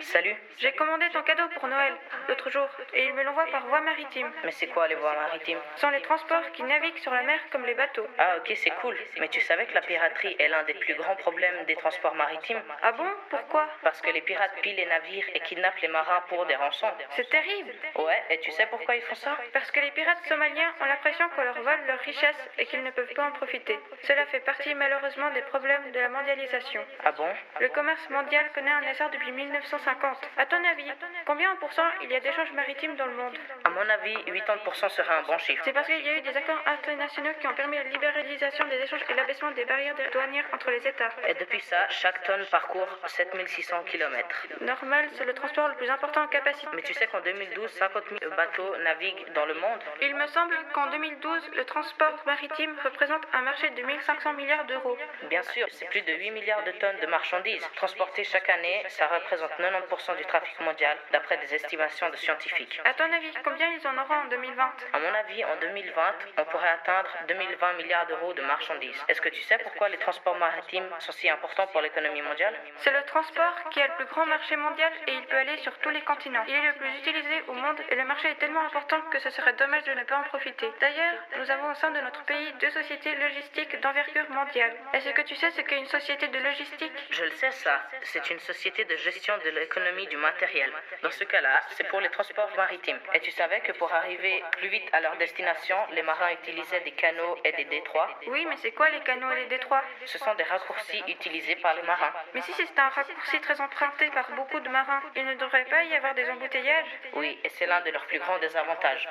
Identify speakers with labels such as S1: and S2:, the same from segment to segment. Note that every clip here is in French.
S1: Salut.
S2: J'ai commandé ton cadeau pour Noël l'autre jour et il me l'envoie par voie maritime.
S1: Mais c'est quoi les voies maritimes
S2: Ce sont les transports qui naviguent sur la mer comme les bateaux.
S1: Ah ok, c'est cool. Mais tu savais que la piraterie est l'un des plus grands problèmes des transports maritimes
S2: Ah bon Pourquoi
S1: Parce que les pirates pillent les navires et kidnappent les marins pour des rançons.
S2: C'est terrible
S1: Ouais, et tu sais pourquoi ils font ça
S2: Parce que les pirates somaliens ont l'impression qu'on leur vole leurs richesses et qu'ils ne peuvent pas en profiter. Cela fait partie malheureusement des problèmes de la mondialisation.
S1: Ah bon
S2: Le commerce mondial connaît un essor depuis 1950. À ton avis, combien en pourcent il y a d'échanges maritimes dans le monde
S1: À mon avis, 80% serait un bon chiffre.
S2: C'est parce qu'il y a eu des accords internationaux qui ont permis la libéralisation des échanges et l'abaissement des barrières douanières entre les États.
S1: Et depuis ça, chaque tonne parcourt 7600 km.
S2: Normal, c'est le transport le plus important en capacité.
S1: Mais tu sais qu'en 2012, 50 000 bateaux naviguent dans le monde
S2: Il me semble qu'en 2012, le transport maritime représente un marché de 1500 milliards d'euros.
S1: Bien sûr, c'est plus de 8 milliards de tonnes de marchandises transportées chaque année. Ça représente 90% du trafic mondial, d'après des estimations de scientifiques.
S2: À ton avis, combien ils en auront en 2020
S1: À mon avis, en 2020, on pourrait atteindre 2020 milliards d'euros de marchandises. Est-ce que tu sais pourquoi les transports maritimes sont si importants pour l'économie mondiale
S2: C'est le transport qui a le plus grand marché mondial et il peut aller sur tous les continents. Il est le plus utilisé au monde et le marché est tellement important que ce serait dommage de ne pas en profiter. D'ailleurs, nous avons au sein de notre pays deux sociétés logistiques d'envergure mondiale. Est-ce que tu sais ce qu'est une société de logistique
S1: Je le sais ça, c'est une société de gestion de l'économie du matériel. Dans ce cas-là, c'est pour les transports maritimes. Et tu savais que pour arriver plus vite à leur destination, les marins utilisaient des canaux et des détroits
S2: Oui, mais c'est quoi les canaux et les détroits
S1: Ce sont des raccourcis utilisés par les marins.
S2: Mais si c'est un raccourci très emprunté par beaucoup de marins, il ne devrait pas y avoir des embouteillages
S1: Oui, et c'est l'un de leurs plus grands désavantages.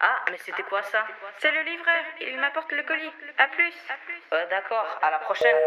S1: Ah, mais c'était quoi ça
S2: C'est le livreur, il m'apporte le colis. À plus.
S1: Euh, D'accord, à la prochaine.